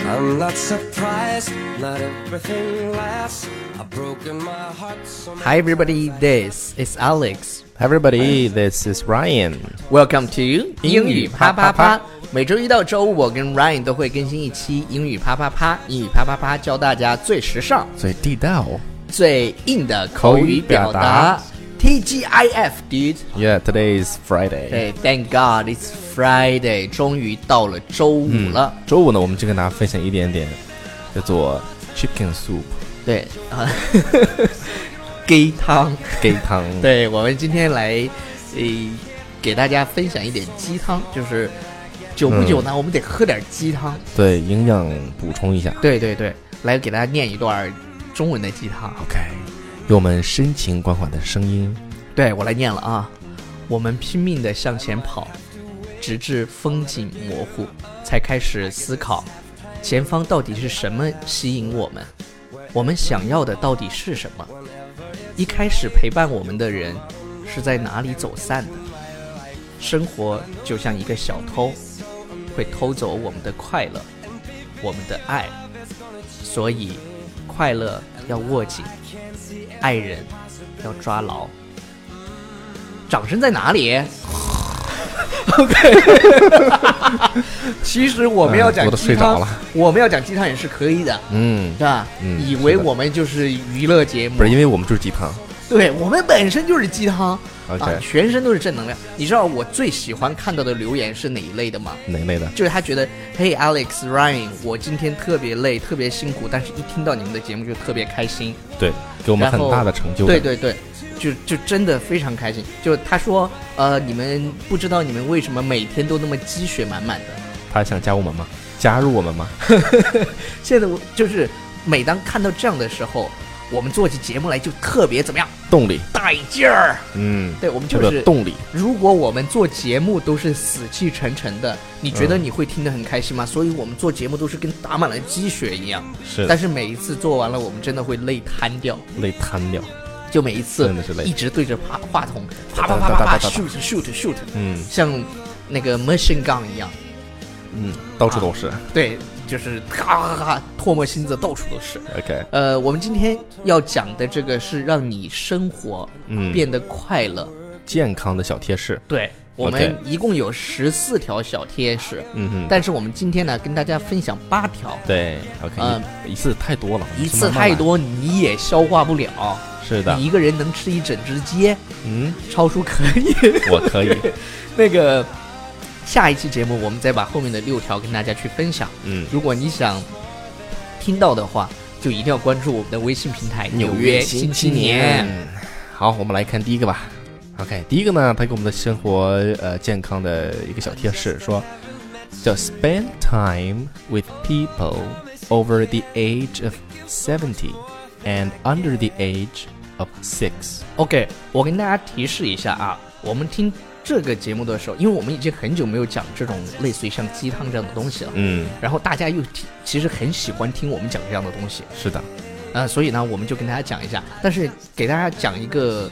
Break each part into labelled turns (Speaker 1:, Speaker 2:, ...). Speaker 1: I'm not surprised, not everything lasts. I've broken my heart so many
Speaker 2: Hi, everybody. This is Alex.
Speaker 3: Hi everybody, this is Ryan.
Speaker 2: Welcome to 英
Speaker 3: 英
Speaker 2: 语
Speaker 3: 语
Speaker 2: 啪啪
Speaker 3: 啪啪
Speaker 2: 啪
Speaker 3: 啪。
Speaker 2: 每周一到周五，我跟 Ryan 都会更新一期英语啪啪啪。英语啪啪啪教大家最时尚、
Speaker 3: 最地道
Speaker 2: 最硬的口语表达。TGIF, dude.
Speaker 3: ，Yeah, today is Friday.
Speaker 2: 对，Thank God it's Friday，终于到了周五了。
Speaker 3: 周五呢，我们就跟大家分享一点点叫做 chicken soup
Speaker 2: 对 啊，鸡汤。
Speaker 3: 鸡汤。
Speaker 2: 对，我们今天来，呃，给大家分享一点鸡汤，就是久不久呢，我们得喝点鸡汤。
Speaker 3: 对，营养补充一下。
Speaker 2: 对对对，来给大家念一段中文的鸡汤。啊
Speaker 3: OK，用我们深情款款的声音，
Speaker 2: 对我来念了啊，我们拼命地向前跑，直至风景模糊，才开始思考，前方到底是什么吸引我们？我们想要的到底是什么？一开始陪伴我们的人是在哪里走散的？生活就像一个小偷，会偷走我们的快乐，我们的爱。所以，快乐要握紧，爱人要抓牢。掌声在哪里 ？OK，其实我们要
Speaker 3: 嗯
Speaker 2: 讲
Speaker 3: 我都
Speaker 2: 鸡
Speaker 3: 睡着
Speaker 2: 汤，
Speaker 3: 了
Speaker 2: 我们要讲鸡汤也是可以的，
Speaker 3: 嗯
Speaker 2: 是，吧？
Speaker 3: 嗯
Speaker 2: 以为
Speaker 3: 是的
Speaker 2: 我们就是娱乐节目，
Speaker 3: 不是因为我们就是鸡汤。
Speaker 2: 对我们本身就是鸡汤
Speaker 3: OK，、
Speaker 2: 啊，全身都是正能量。你知道我最喜欢看到的留言是哪一类的吗？
Speaker 3: 哪一类的？
Speaker 2: 就是他觉得，Hey Alex Ryan，我今天特别累，特别辛苦，但是一听到你们的节目就特别开心。
Speaker 3: 对，给我们很
Speaker 2: 然后
Speaker 3: 大的成就
Speaker 2: 对
Speaker 3: 感。
Speaker 2: 对对，就就真的非常开心。就他说，呃，你们不知道你们为什么每天都那么积雪满满的。
Speaker 3: 他想加我们吗？加入我们吗？
Speaker 2: 现在我就是每当看到这样的时候，我们做起节目来就特别怎么样
Speaker 3: 动力，
Speaker 2: 带劲儿。
Speaker 3: 嗯，
Speaker 2: 对我们
Speaker 3: 这
Speaker 2: 就
Speaker 3: 个
Speaker 2: 是
Speaker 3: 动力。
Speaker 2: 如果我们做节目都是死气沉沉的，你觉得你会听得很开心
Speaker 3: 嗯
Speaker 2: 吗？所以我们做节目都是跟打满了鸡血一样，
Speaker 3: 是
Speaker 2: 但是每一次做完了，我们真的会累瘫掉，
Speaker 3: 累瘫了。
Speaker 2: 就每一次
Speaker 3: 真的是累
Speaker 2: 一直对着话话筒啪啪啪啪啪
Speaker 3: 哒哒哒哒哒
Speaker 2: shoot shoot shoot，
Speaker 3: 嗯
Speaker 2: 像那个 machine gun 一样，
Speaker 3: 嗯，到处都是。
Speaker 2: 对，就是咔咔咔唾沫星子到处都是。
Speaker 3: OK，
Speaker 2: 呃，我们今天要讲的这个是让你生活
Speaker 3: 嗯
Speaker 2: 变得快乐，
Speaker 3: 健康的小贴士。
Speaker 2: 对。我们
Speaker 3: OK
Speaker 2: 一共有十四条小贴士，
Speaker 3: 嗯哼。
Speaker 2: 但是我们今天呢，跟大家分享八条，
Speaker 3: 对，OK，、
Speaker 2: 嗯
Speaker 3: 一一次太多了，
Speaker 2: 一次太多你也消化不了。
Speaker 3: 我们就慢慢来。是的
Speaker 2: 你，一个人能吃一整只鸡，
Speaker 3: 嗯，
Speaker 2: 超叔可以。
Speaker 3: 我可以，
Speaker 2: 那个下一期节目，我们再把后面的六条跟大家去分享。
Speaker 3: 嗯，
Speaker 2: 如果你想听到的话，就一定要关注我们的微信平台《 纽新青
Speaker 3: 嗯好，我们来看第一个吧。OK，第一个呢，他给我们的生活呃健康的一个小贴士，说叫 spend time with people over the age of seventy and under the age of six。
Speaker 2: OK，我跟大家提示一下啊，我们听这个节目的时候，因为我们已经很久没有讲这种类似于像鸡汤这样的东西了。
Speaker 3: 嗯，
Speaker 2: 然后大家又听，其实很喜欢听我们讲这样的东西，
Speaker 3: 是的，
Speaker 2: 呃，所以呢，我们就跟大家讲一下。但是给大家讲一个，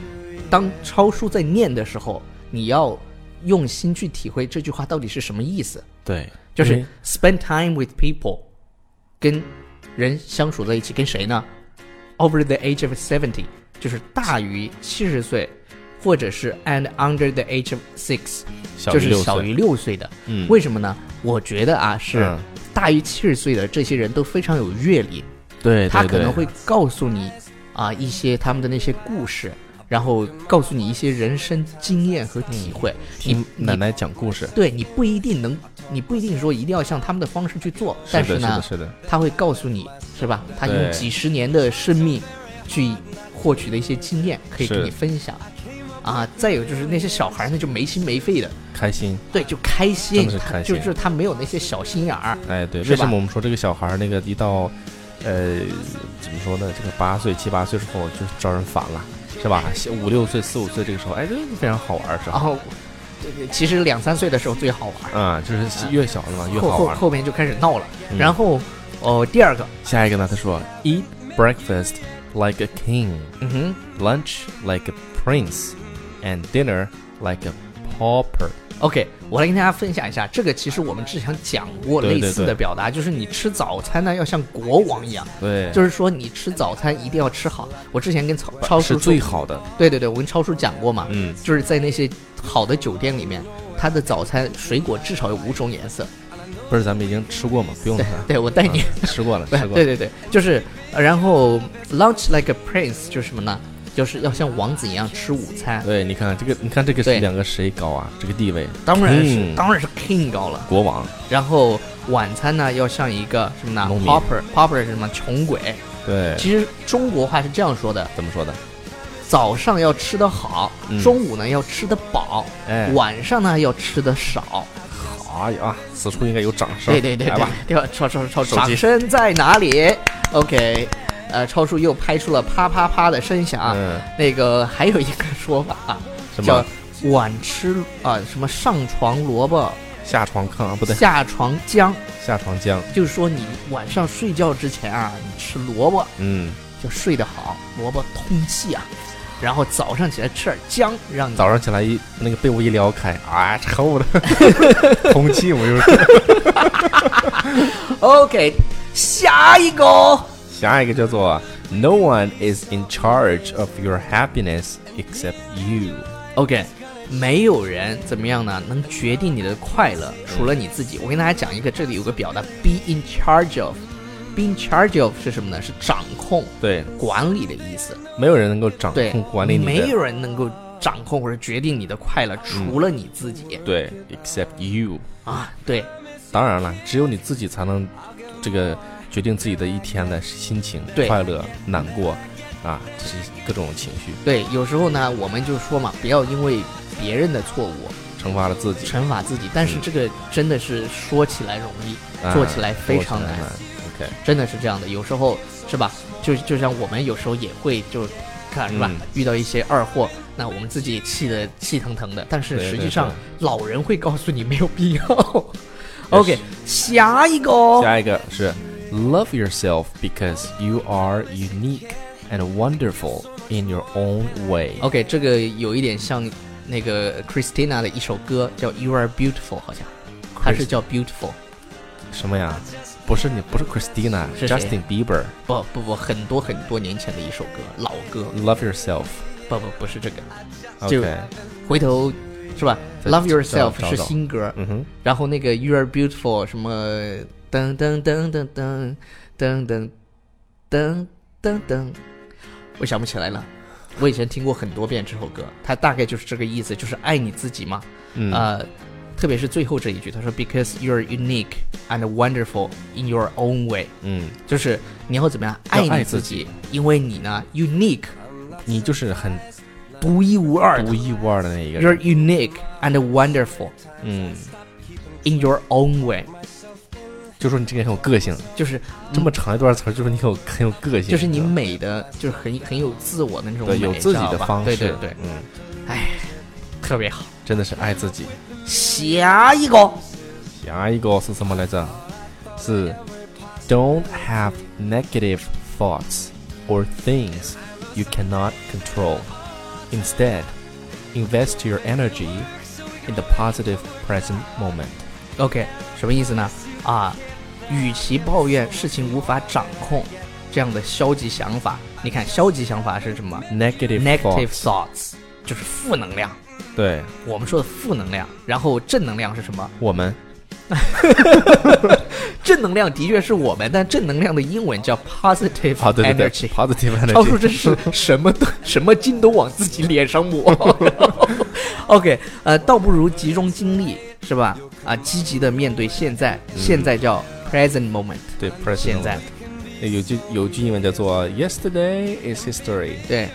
Speaker 2: 当超叔在念的时候，你要用心去体会这句话到底是什么意思。
Speaker 3: 对，
Speaker 2: 就
Speaker 3: 因
Speaker 2: 是
Speaker 3: 为
Speaker 2: spend time with people，跟人相处在一起，跟谁呢？Over the age of seventy，就是大于七十岁，或者是 and under the age of six，
Speaker 3: 小
Speaker 2: 就
Speaker 3: 于
Speaker 2: 是
Speaker 3: 六岁
Speaker 2: 小于六岁的。
Speaker 3: 嗯
Speaker 2: 为什么呢？我觉得啊，是
Speaker 3: 嗯
Speaker 2: 大于七十岁的这些人都非常有阅历，
Speaker 3: 对，
Speaker 2: 他
Speaker 3: 对
Speaker 2: 可能
Speaker 3: 对
Speaker 2: 会告诉你啊、一些他们的那些故事，然后告诉你一些人生经验和体会。你
Speaker 3: 嗯听
Speaker 2: 你
Speaker 3: 奶奶讲故事。
Speaker 2: 对你不一定能，你不一定说一定要像他们的方式去做，
Speaker 3: 是
Speaker 2: 但
Speaker 3: 的，是
Speaker 2: 呢
Speaker 3: 的，，是的，
Speaker 2: 他会告诉你，是吧？他用
Speaker 3: 对
Speaker 2: 几十年的生命去获取的一些经验，可以
Speaker 3: 是
Speaker 2: 跟你分享。啊，再有就是那些小孩儿，那就没心没肺的，
Speaker 3: 开心。
Speaker 2: 对，就开心，
Speaker 3: 真的是
Speaker 2: 他
Speaker 3: 开
Speaker 2: 就
Speaker 3: 心
Speaker 2: 就是他没有那些小心眼儿，
Speaker 3: 哎，对，
Speaker 2: 是
Speaker 3: 为
Speaker 2: 吧
Speaker 3: 什么我们说这个小孩儿那个一到，呃，怎么说呢？这个八岁、七八岁之后就招人烦了，是吧？小五六岁、四五岁这个时候，哎，这个非常好玩儿，是
Speaker 2: 然
Speaker 3: 吧？
Speaker 2: 后呃其实两三岁的时候最好玩儿，
Speaker 3: 啊、就是越小的嘛越
Speaker 2: 后
Speaker 3: 好
Speaker 2: 哦嗯后
Speaker 3: 玩儿。
Speaker 2: 后面就开始闹了。
Speaker 3: 嗯
Speaker 2: 然后哦，第二个，
Speaker 3: 下一个呢？他说，Eat breakfast like a king,
Speaker 2: 嗯哼，
Speaker 3: lunch like a prince, and dinner like a pauper。
Speaker 2: OK，我来跟大家分享一下，这个其实我们之前讲过
Speaker 3: 对
Speaker 2: 类
Speaker 3: 对
Speaker 2: 似的
Speaker 3: 对
Speaker 2: 表达，就是你吃早餐呢要像国王一样，
Speaker 3: 对，
Speaker 2: 就是说你吃早餐一定要吃好。我之前跟超超叔
Speaker 3: 是
Speaker 2: 说
Speaker 3: 最好的，
Speaker 2: 对对对，我跟超叔讲过嘛，
Speaker 3: 嗯，
Speaker 2: 就是在那些好的酒店里面，它的早餐水果至少有五种颜色。
Speaker 3: 不是咱们已经吃过吗？不用
Speaker 2: 对
Speaker 3: 了，
Speaker 2: 对，我带你
Speaker 3: 嗯吃过了，吃过
Speaker 2: 对
Speaker 3: 了，
Speaker 2: 对对，就是，呃然后 lunch like a prince 就是什么呢？就是要像王子一样吃午餐。
Speaker 3: 对，你看这个，你看这个
Speaker 2: 对
Speaker 3: 是两个谁高啊？这个地位，
Speaker 2: 当然是、
Speaker 3: 嗯
Speaker 2: 当然是 king 高了。
Speaker 3: 国王，
Speaker 2: 然后晚餐呢，要像一个什么呢
Speaker 3: 农民
Speaker 2: ？pauper pauper 是什么？穷鬼。
Speaker 3: 对，
Speaker 2: 其实中国话是这样说的：
Speaker 3: 怎么说的？
Speaker 2: 早上要吃得好，
Speaker 3: 嗯
Speaker 2: 中午呢要吃得饱，
Speaker 3: 哎，
Speaker 2: 晚上呢要吃得少。
Speaker 3: 哎呀，此处应该有掌声，
Speaker 2: 对对对
Speaker 3: 来
Speaker 2: 对
Speaker 3: 吧，，
Speaker 2: 对吧？超超超，
Speaker 3: 手机
Speaker 2: 掌声在哪里？OK，呃，超叔又拍出了啪啪啪的声响。
Speaker 3: 嗯，
Speaker 2: 那个还有一个说法、
Speaker 3: 什
Speaker 2: 啊叫
Speaker 3: 么
Speaker 2: 晚吃啊、什么上床萝卜
Speaker 3: 下床炕啊？不对，
Speaker 2: 下床姜，
Speaker 3: 下床姜，
Speaker 2: 就是说你晚上睡觉之前啊，你吃萝卜
Speaker 3: 嗯，
Speaker 2: 就睡得好，萝卜通气啊。然后早上起来吃点姜，让你
Speaker 3: 早上起来一那个被窝一撩开，啊，臭的， 空气我就是。
Speaker 2: OK。下一个
Speaker 3: 下一个叫做 No one is in charge of your happiness except you。
Speaker 2: OK，没有人怎么样呢？能决定你的快乐，除了你自己。我跟大家讲一个，这里有个表达，be in charge of。be in charge of 是什么呢？是掌控、
Speaker 3: 对，
Speaker 2: 管理的意思。
Speaker 3: 没有人能够掌
Speaker 2: 对
Speaker 3: 控，管理你的。
Speaker 2: 没有人能够掌控或者决定你的快乐，除了你自己、
Speaker 3: 对，except you。
Speaker 2: 啊。对，
Speaker 3: 当然了，只有你自己才能这个决定自己的一天的心情，
Speaker 2: 对
Speaker 3: 快乐、难过啊，这是各种情绪，
Speaker 2: 对，有时候呢，我们就说嘛，不要因为别人的错误
Speaker 3: 惩罚了自己，
Speaker 2: 惩罚自己，但是
Speaker 3: 嗯
Speaker 2: 这个真的是说起来容易，
Speaker 3: 啊
Speaker 2: 做起来非常
Speaker 3: 做
Speaker 2: 难
Speaker 3: 起来难。OK，
Speaker 2: 真的是这样的。有时候是吧？就就像我们有时候也会就看是吧、
Speaker 3: 嗯
Speaker 2: 遇到一些二货，那我们自己也气得气腾腾的，但是
Speaker 3: 对
Speaker 2: 实
Speaker 3: 对
Speaker 2: 际上
Speaker 3: 对
Speaker 2: 老人会告诉你没有必要。
Speaker 3: 也
Speaker 2: OK，
Speaker 3: 是
Speaker 2: 下一个。
Speaker 3: 下一个是 Love yourself because you are unique and wonderful in your own way。
Speaker 2: OK，这个有一点像那个 Christina 的一首歌叫《You Are Beautiful》，好像它是叫 Beautiful。
Speaker 3: 什么呀？不是你，不是 Christina，
Speaker 2: 是谁
Speaker 3: Justin Bieber。
Speaker 2: 不不不，很多很多年前的一首歌，老歌。
Speaker 3: Love yourself。
Speaker 2: 不不不是这个，就
Speaker 3: OK，
Speaker 2: 回头是吧
Speaker 3: 再
Speaker 2: ？Love
Speaker 3: 找
Speaker 2: Yourself
Speaker 3: 找
Speaker 2: 是
Speaker 3: 找
Speaker 2: 新歌，
Speaker 3: 嗯哼，
Speaker 2: 然后那个 You Are Beautiful 什么噔噔噔噔噔噔噔噔噔噔，我想不起来了。我以前听过很多遍这首歌，它大概就是这个意思，就是爱你自己嘛。
Speaker 3: 嗯
Speaker 2: 呃，特别是最后这一句，他说 “Because you're unique and wonderful in your own way”，
Speaker 3: 嗯，
Speaker 2: 就是你要怎么样
Speaker 3: 要
Speaker 2: 爱
Speaker 3: 爱
Speaker 2: 你
Speaker 3: 自
Speaker 2: 己，因为你呢 unique
Speaker 3: 你就是很
Speaker 2: 独一无二
Speaker 3: 独一无二的那一个
Speaker 2: y o u r e
Speaker 3: 人。
Speaker 2: unique and wonderful
Speaker 3: 嗯，
Speaker 2: in your own way，
Speaker 3: 就说你这个人很有个性，
Speaker 2: 就是
Speaker 3: 这么长一段词儿，就说你有很有个性，
Speaker 2: 就是你
Speaker 3: 知道吧
Speaker 2: 美的，就是很很有自我的那种美，
Speaker 3: 对有自
Speaker 2: 知
Speaker 3: 己
Speaker 2: 道
Speaker 3: 的
Speaker 2: 吧
Speaker 3: 方式，
Speaker 2: 对对对，
Speaker 3: 嗯，
Speaker 2: 哎，特别好。
Speaker 3: 真的是爱自己。
Speaker 2: 下一个
Speaker 3: 下一个是什么来着？是 Don't have negative thoughts or things you cannot control. Instead, invest your energy in the positive present moment.
Speaker 2: ，OK，什么意思呢？啊，与其抱怨事情无法掌控这样的消极想法，你看消极想法是什么
Speaker 3: Negative
Speaker 2: ？Negative
Speaker 3: thoughts，
Speaker 2: thoughts 就是负能量，
Speaker 3: 对
Speaker 2: 我们说的负能量。然后正能量是什么？
Speaker 3: 我们
Speaker 2: 正能量的确是我们，但正能量的英文叫 positive
Speaker 3: 啊，对对对
Speaker 2: energy。
Speaker 3: ，positive
Speaker 2: 超叔
Speaker 3: energy，
Speaker 2: 真是什么都 什么劲都往自己脸上抹。OK，呃，倒不如集中精力，是吧？啊，积极的面对现在，现在叫 present moment，
Speaker 3: 对嗯 present
Speaker 2: 现在
Speaker 3: moment。那有句有句英文叫做 Yesterday is history,
Speaker 2: 对。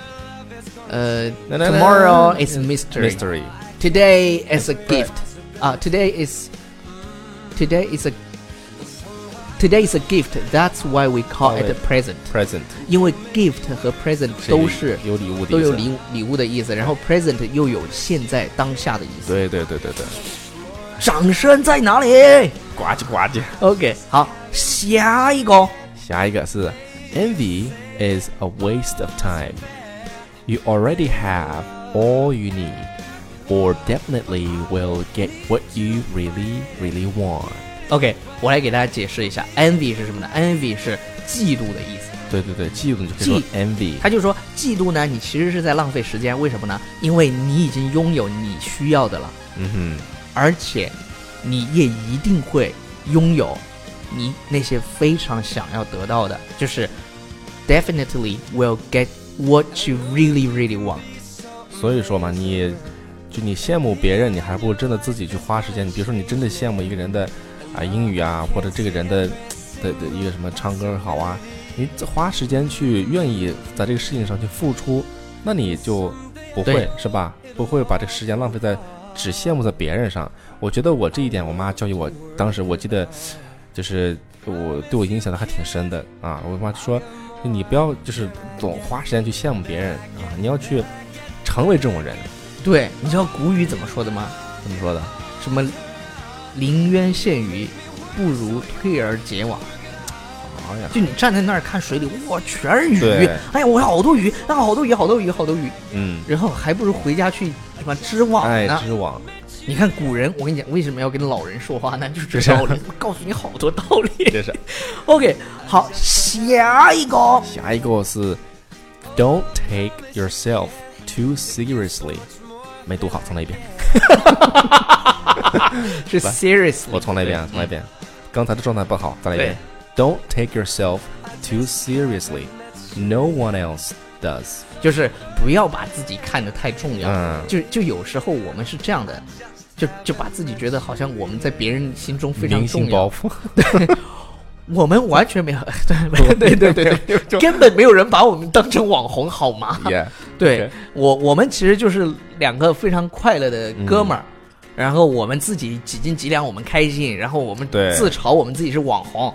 Speaker 2: 呃
Speaker 3: 来来来
Speaker 2: ，tomorrow is mystery,
Speaker 3: mystery.
Speaker 2: today is a gift，啊，today is today is a today is a gift. That's why we call it a present，
Speaker 3: Present
Speaker 2: 因为 gift 和 present 都是
Speaker 3: 有礼物的意思，
Speaker 2: 都有礼物礼物的意思，然后 present 又有现在当下的意思。
Speaker 3: 对对对对对，
Speaker 2: 掌声在哪里
Speaker 3: 呱唧呱唧。
Speaker 2: ？OK，好，下一个。
Speaker 3: 下一个是 Envy is a waste of time. You already have all you need. or definitely will get what you really, really want。
Speaker 2: OK，我来给大家解释一下，envy 是什么呢？envy 是嫉妒的意思。
Speaker 3: 对对对，嫉妒你就可以说
Speaker 2: 嫉
Speaker 3: envy。
Speaker 2: 他就说，嫉妒呢，你其实是在浪费时间，为什么呢？因为你已经拥有你需要的了，
Speaker 3: 嗯
Speaker 2: 而且你也一定会拥有你那些非常想要得到的，就是 definitely will get what you really really want。
Speaker 3: 哼，所以说嘛，你就你羡慕别人，你还不如真的自己去花时间。你比如说，你真的羡慕一个人的啊英语啊，或者这个人的的的一个什么唱歌好啊，你花时间去愿意在这个事情上去付出，那你就不会
Speaker 2: 对
Speaker 3: 是吧？不会把这个时间浪费在只羡慕在别人上。我觉得我这一点，我妈教育我，当时我记得就是我对我影响的还挺深的啊。我妈说，你不要就是总花时间去羡慕别人啊，你要去成为这种人。
Speaker 2: 对，你知道古语怎么说的吗？
Speaker 3: 怎么说的？
Speaker 2: 什么临渊羡鱼，不如退而结网。
Speaker 3: 哎呀，
Speaker 2: 就你站在那儿看水里，哇，全是鱼
Speaker 3: 对，
Speaker 2: 哎呀，我有好多鱼，那好多鱼，好多鱼，好多鱼，
Speaker 3: 嗯，
Speaker 2: 然后还不如回家去什么织网
Speaker 3: 爱
Speaker 2: 呢？
Speaker 3: 之网，
Speaker 2: 你看古人，我跟你讲，为什么要跟老人说话呢？就是这道理，我告诉你好多道理。
Speaker 3: 这是
Speaker 2: OK，好，下一个，
Speaker 3: 下一个是 Don't take yourself too seriously，没读好，重来一遍。
Speaker 2: 是 serious，
Speaker 3: 我重来一遍，啊，重来一遍。刚才的状态不好，再来一遍。Don't take yourself too seriously. No one else does.
Speaker 2: 就是不要把自己看得太重要。
Speaker 3: 嗯
Speaker 2: 就就有时候我们是这样的，就就把自己觉得好像我们在别人心中非常
Speaker 3: 明
Speaker 2: 重
Speaker 3: 星
Speaker 2: 要
Speaker 3: 包，袱，
Speaker 2: 我们完全没有， 对对对对对，根本没有人把我们当成网红，好吗？
Speaker 3: yeah，
Speaker 2: 对
Speaker 3: OK
Speaker 2: 我，我们其实就是两个非常快乐的哥们儿，
Speaker 3: 嗯
Speaker 2: 然后我们自己几斤几两，我们开心，然后我们
Speaker 3: 对
Speaker 2: 自嘲我们自己是网红，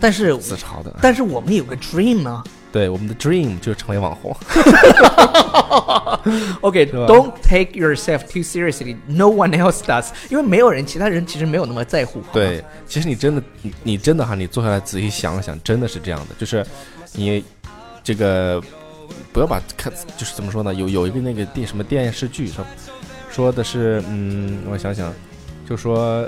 Speaker 2: 但是
Speaker 3: 自嘲的。
Speaker 2: 但是我们有个 dream 呢、
Speaker 3: 对，我们的 dream 就是成为网红。吧
Speaker 2: OK，don't、take yourself too seriously. No one else does，因为没有人，其他人其实没有那么在乎。，
Speaker 3: 对，其实你真的，你你真的哈，你坐下来仔细想想，真的是这样的，就是你这个不要把看，就是怎么说呢？有有一个那个电什么电视剧说说的是，嗯，我想想，就说，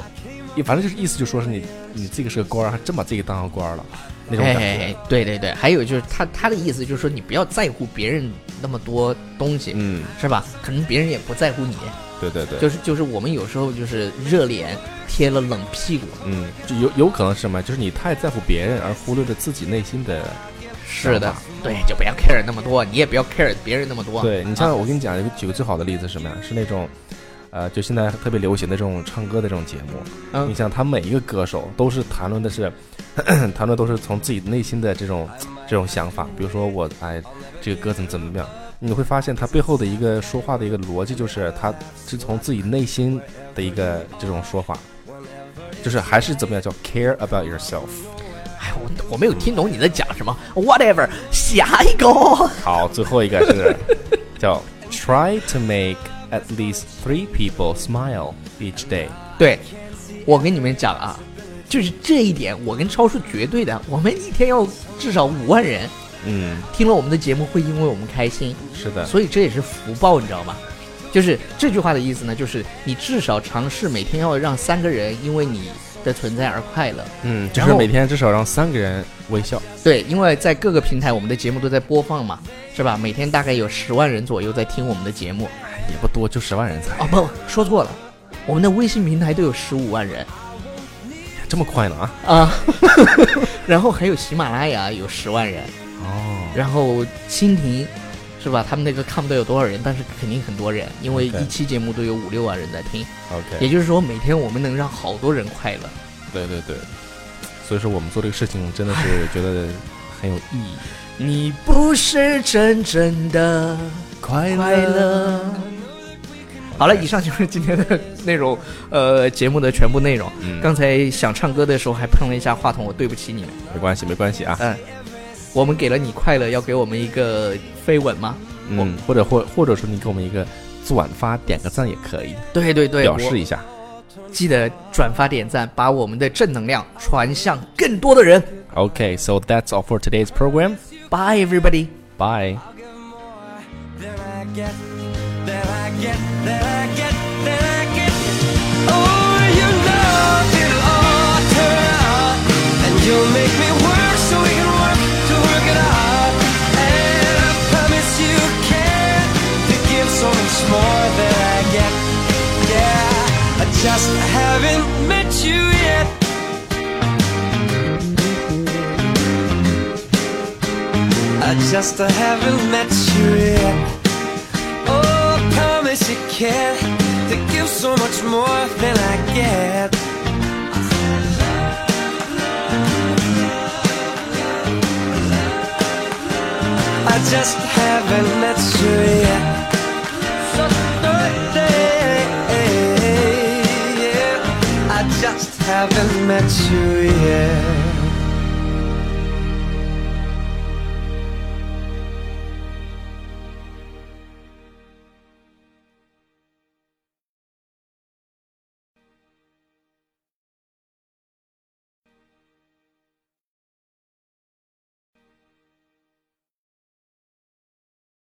Speaker 3: 反正就是意思就说是你你自己是个官儿，还真把自己当成官儿了那种
Speaker 2: 哎
Speaker 3: 感觉。
Speaker 2: 哎哎对对对，还有就是他他的意思就是说，你不要在乎别人那么多东西，
Speaker 3: 嗯，
Speaker 2: 是吧？可能别人也不在乎你，
Speaker 3: 对对对，
Speaker 2: 就是就是我们有时候就是热脸贴了冷屁股。
Speaker 3: 嗯，就有有可能是什么？就是你太在乎别人，而忽略了自己内心的
Speaker 2: 是
Speaker 3: 想
Speaker 2: 的
Speaker 3: 法，
Speaker 2: 对，就不要 care 那么多，你也不要 care 别人那么多。
Speaker 3: 对你像
Speaker 2: 啊
Speaker 3: 我跟你讲一个举个最好的例子是什么呀？是那种，呃，就现在特别流行的这种唱歌的这种节目。
Speaker 2: 嗯
Speaker 3: 你想，他每一个歌手都是谈论的是， 谈论都是从自己内心的这种这种想法。比如说我哎，这个歌怎么怎么样？你会发现他背后的一个说话的一个逻辑，就是他是从自己内心的一个这种说法，就是还是怎么样叫 care about yourself。
Speaker 2: 哎，我我没有听懂你在讲什么，whatever，下一个。哦
Speaker 3: 好，最后一个是叫 try to make at least three people smile each day。
Speaker 2: 对，我跟你们讲啊，就是这一点，我跟超叔绝对的，我们一天要至少五万人
Speaker 3: 嗯，
Speaker 2: 听了我们的节目，会因为我们开心，
Speaker 3: 是的，
Speaker 2: 所以这也是福报，你知道吗？就是这句话的意思呢，就是你至少尝试每天要让三个人因为你的存在而快乐。
Speaker 3: 嗯，就
Speaker 2: 然
Speaker 3: 是
Speaker 2: 后
Speaker 3: 每天至少让三个人微笑。
Speaker 2: 对，因为在各个平台我们的节目都在播放嘛，是吧？每天大概有十万人左右在听我们的节目。
Speaker 3: 哎，也不多，就十万人才，
Speaker 2: 哦，不，说错了，我们的微信平台都有十五万人
Speaker 3: 这么快呢啊？
Speaker 2: 啊， 然后还有喜马拉雅有十万人，
Speaker 3: 哦，
Speaker 2: 然后蜻蜓。是吧？他们那个看不到有多少人，但是肯定很多人，因为
Speaker 3: OK
Speaker 2: 一期节目都有五六万人在听。也
Speaker 3: OK，
Speaker 2: 就是说，每天我们能让好多人快乐。
Speaker 3: 对对对，所以说我们做这个事情真的是觉得很有意义。
Speaker 2: 你不是真正的
Speaker 3: 快
Speaker 2: 快乐。 好了，以上就是今天的内容，呃，节目的全部内容。
Speaker 3: 嗯
Speaker 2: 刚才想唱歌的时候还碰了一下话筒，我对不起你们。
Speaker 3: 没关系，没关系啊。
Speaker 2: 嗯，我们给了你快乐，要给我们一个飞吻吗？
Speaker 3: 嗯，或者或或者说你给我们一个转发点个赞也可以，
Speaker 2: 对对对，
Speaker 3: 表
Speaker 2: 我
Speaker 3: 示一下。
Speaker 2: 记得转发点赞，把我们的正能量传向更多的人。
Speaker 3: Okay, so that's all for today's program.
Speaker 2: Bye everybody。
Speaker 1: I
Speaker 3: Bye.
Speaker 1: get more than I get, than I get, than I get. Oh, you know it'll all turn out, and you'll make me work so we can work to work it out. And I promise you can to give so much more than I get. Yeah, I just haven't met you yet. I just haven't met you yet. Oh, I promise you can to give so much more than I get. I just haven't met you yet. So, yeah, I just haven't met you yet.